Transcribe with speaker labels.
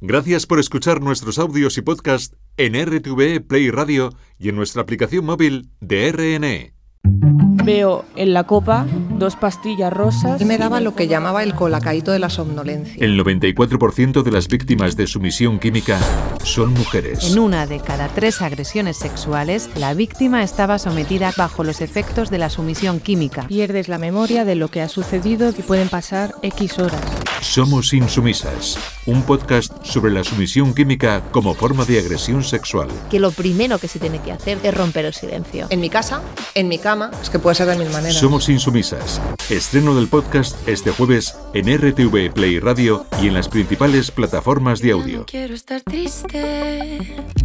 Speaker 1: Gracias por escuchar nuestros audios y podcast en RTVE Play Radio y en nuestra aplicación móvil de E. RNE.
Speaker 2: Veo en la copa dos pastillas rosas.
Speaker 3: Él me daba lo que llamaba el colacaíto de la somnolencia.
Speaker 1: El 94% de las víctimas de sumisión química son mujeres.
Speaker 4: En una de cada tres agresiones sexuales, la víctima estaba sometida bajo los efectos de la sumisión química.
Speaker 2: Pierdes la memoria de lo que ha sucedido y pueden pasar X horas.
Speaker 1: Somos Insumisas, un podcast sobre la sumisión química como forma de agresión sexual.
Speaker 5: que lo primero que se tiene que hacer es romper el silencio.
Speaker 3: En mi casa, en mi cama, es que puede ser de mil maneras.
Speaker 1: Somos Insumisas. Estreno del podcast este jueves en RTV Play Radio y en las principales plataformas de
Speaker 6: Ya No
Speaker 1: audio.
Speaker 6: quiero estar triste.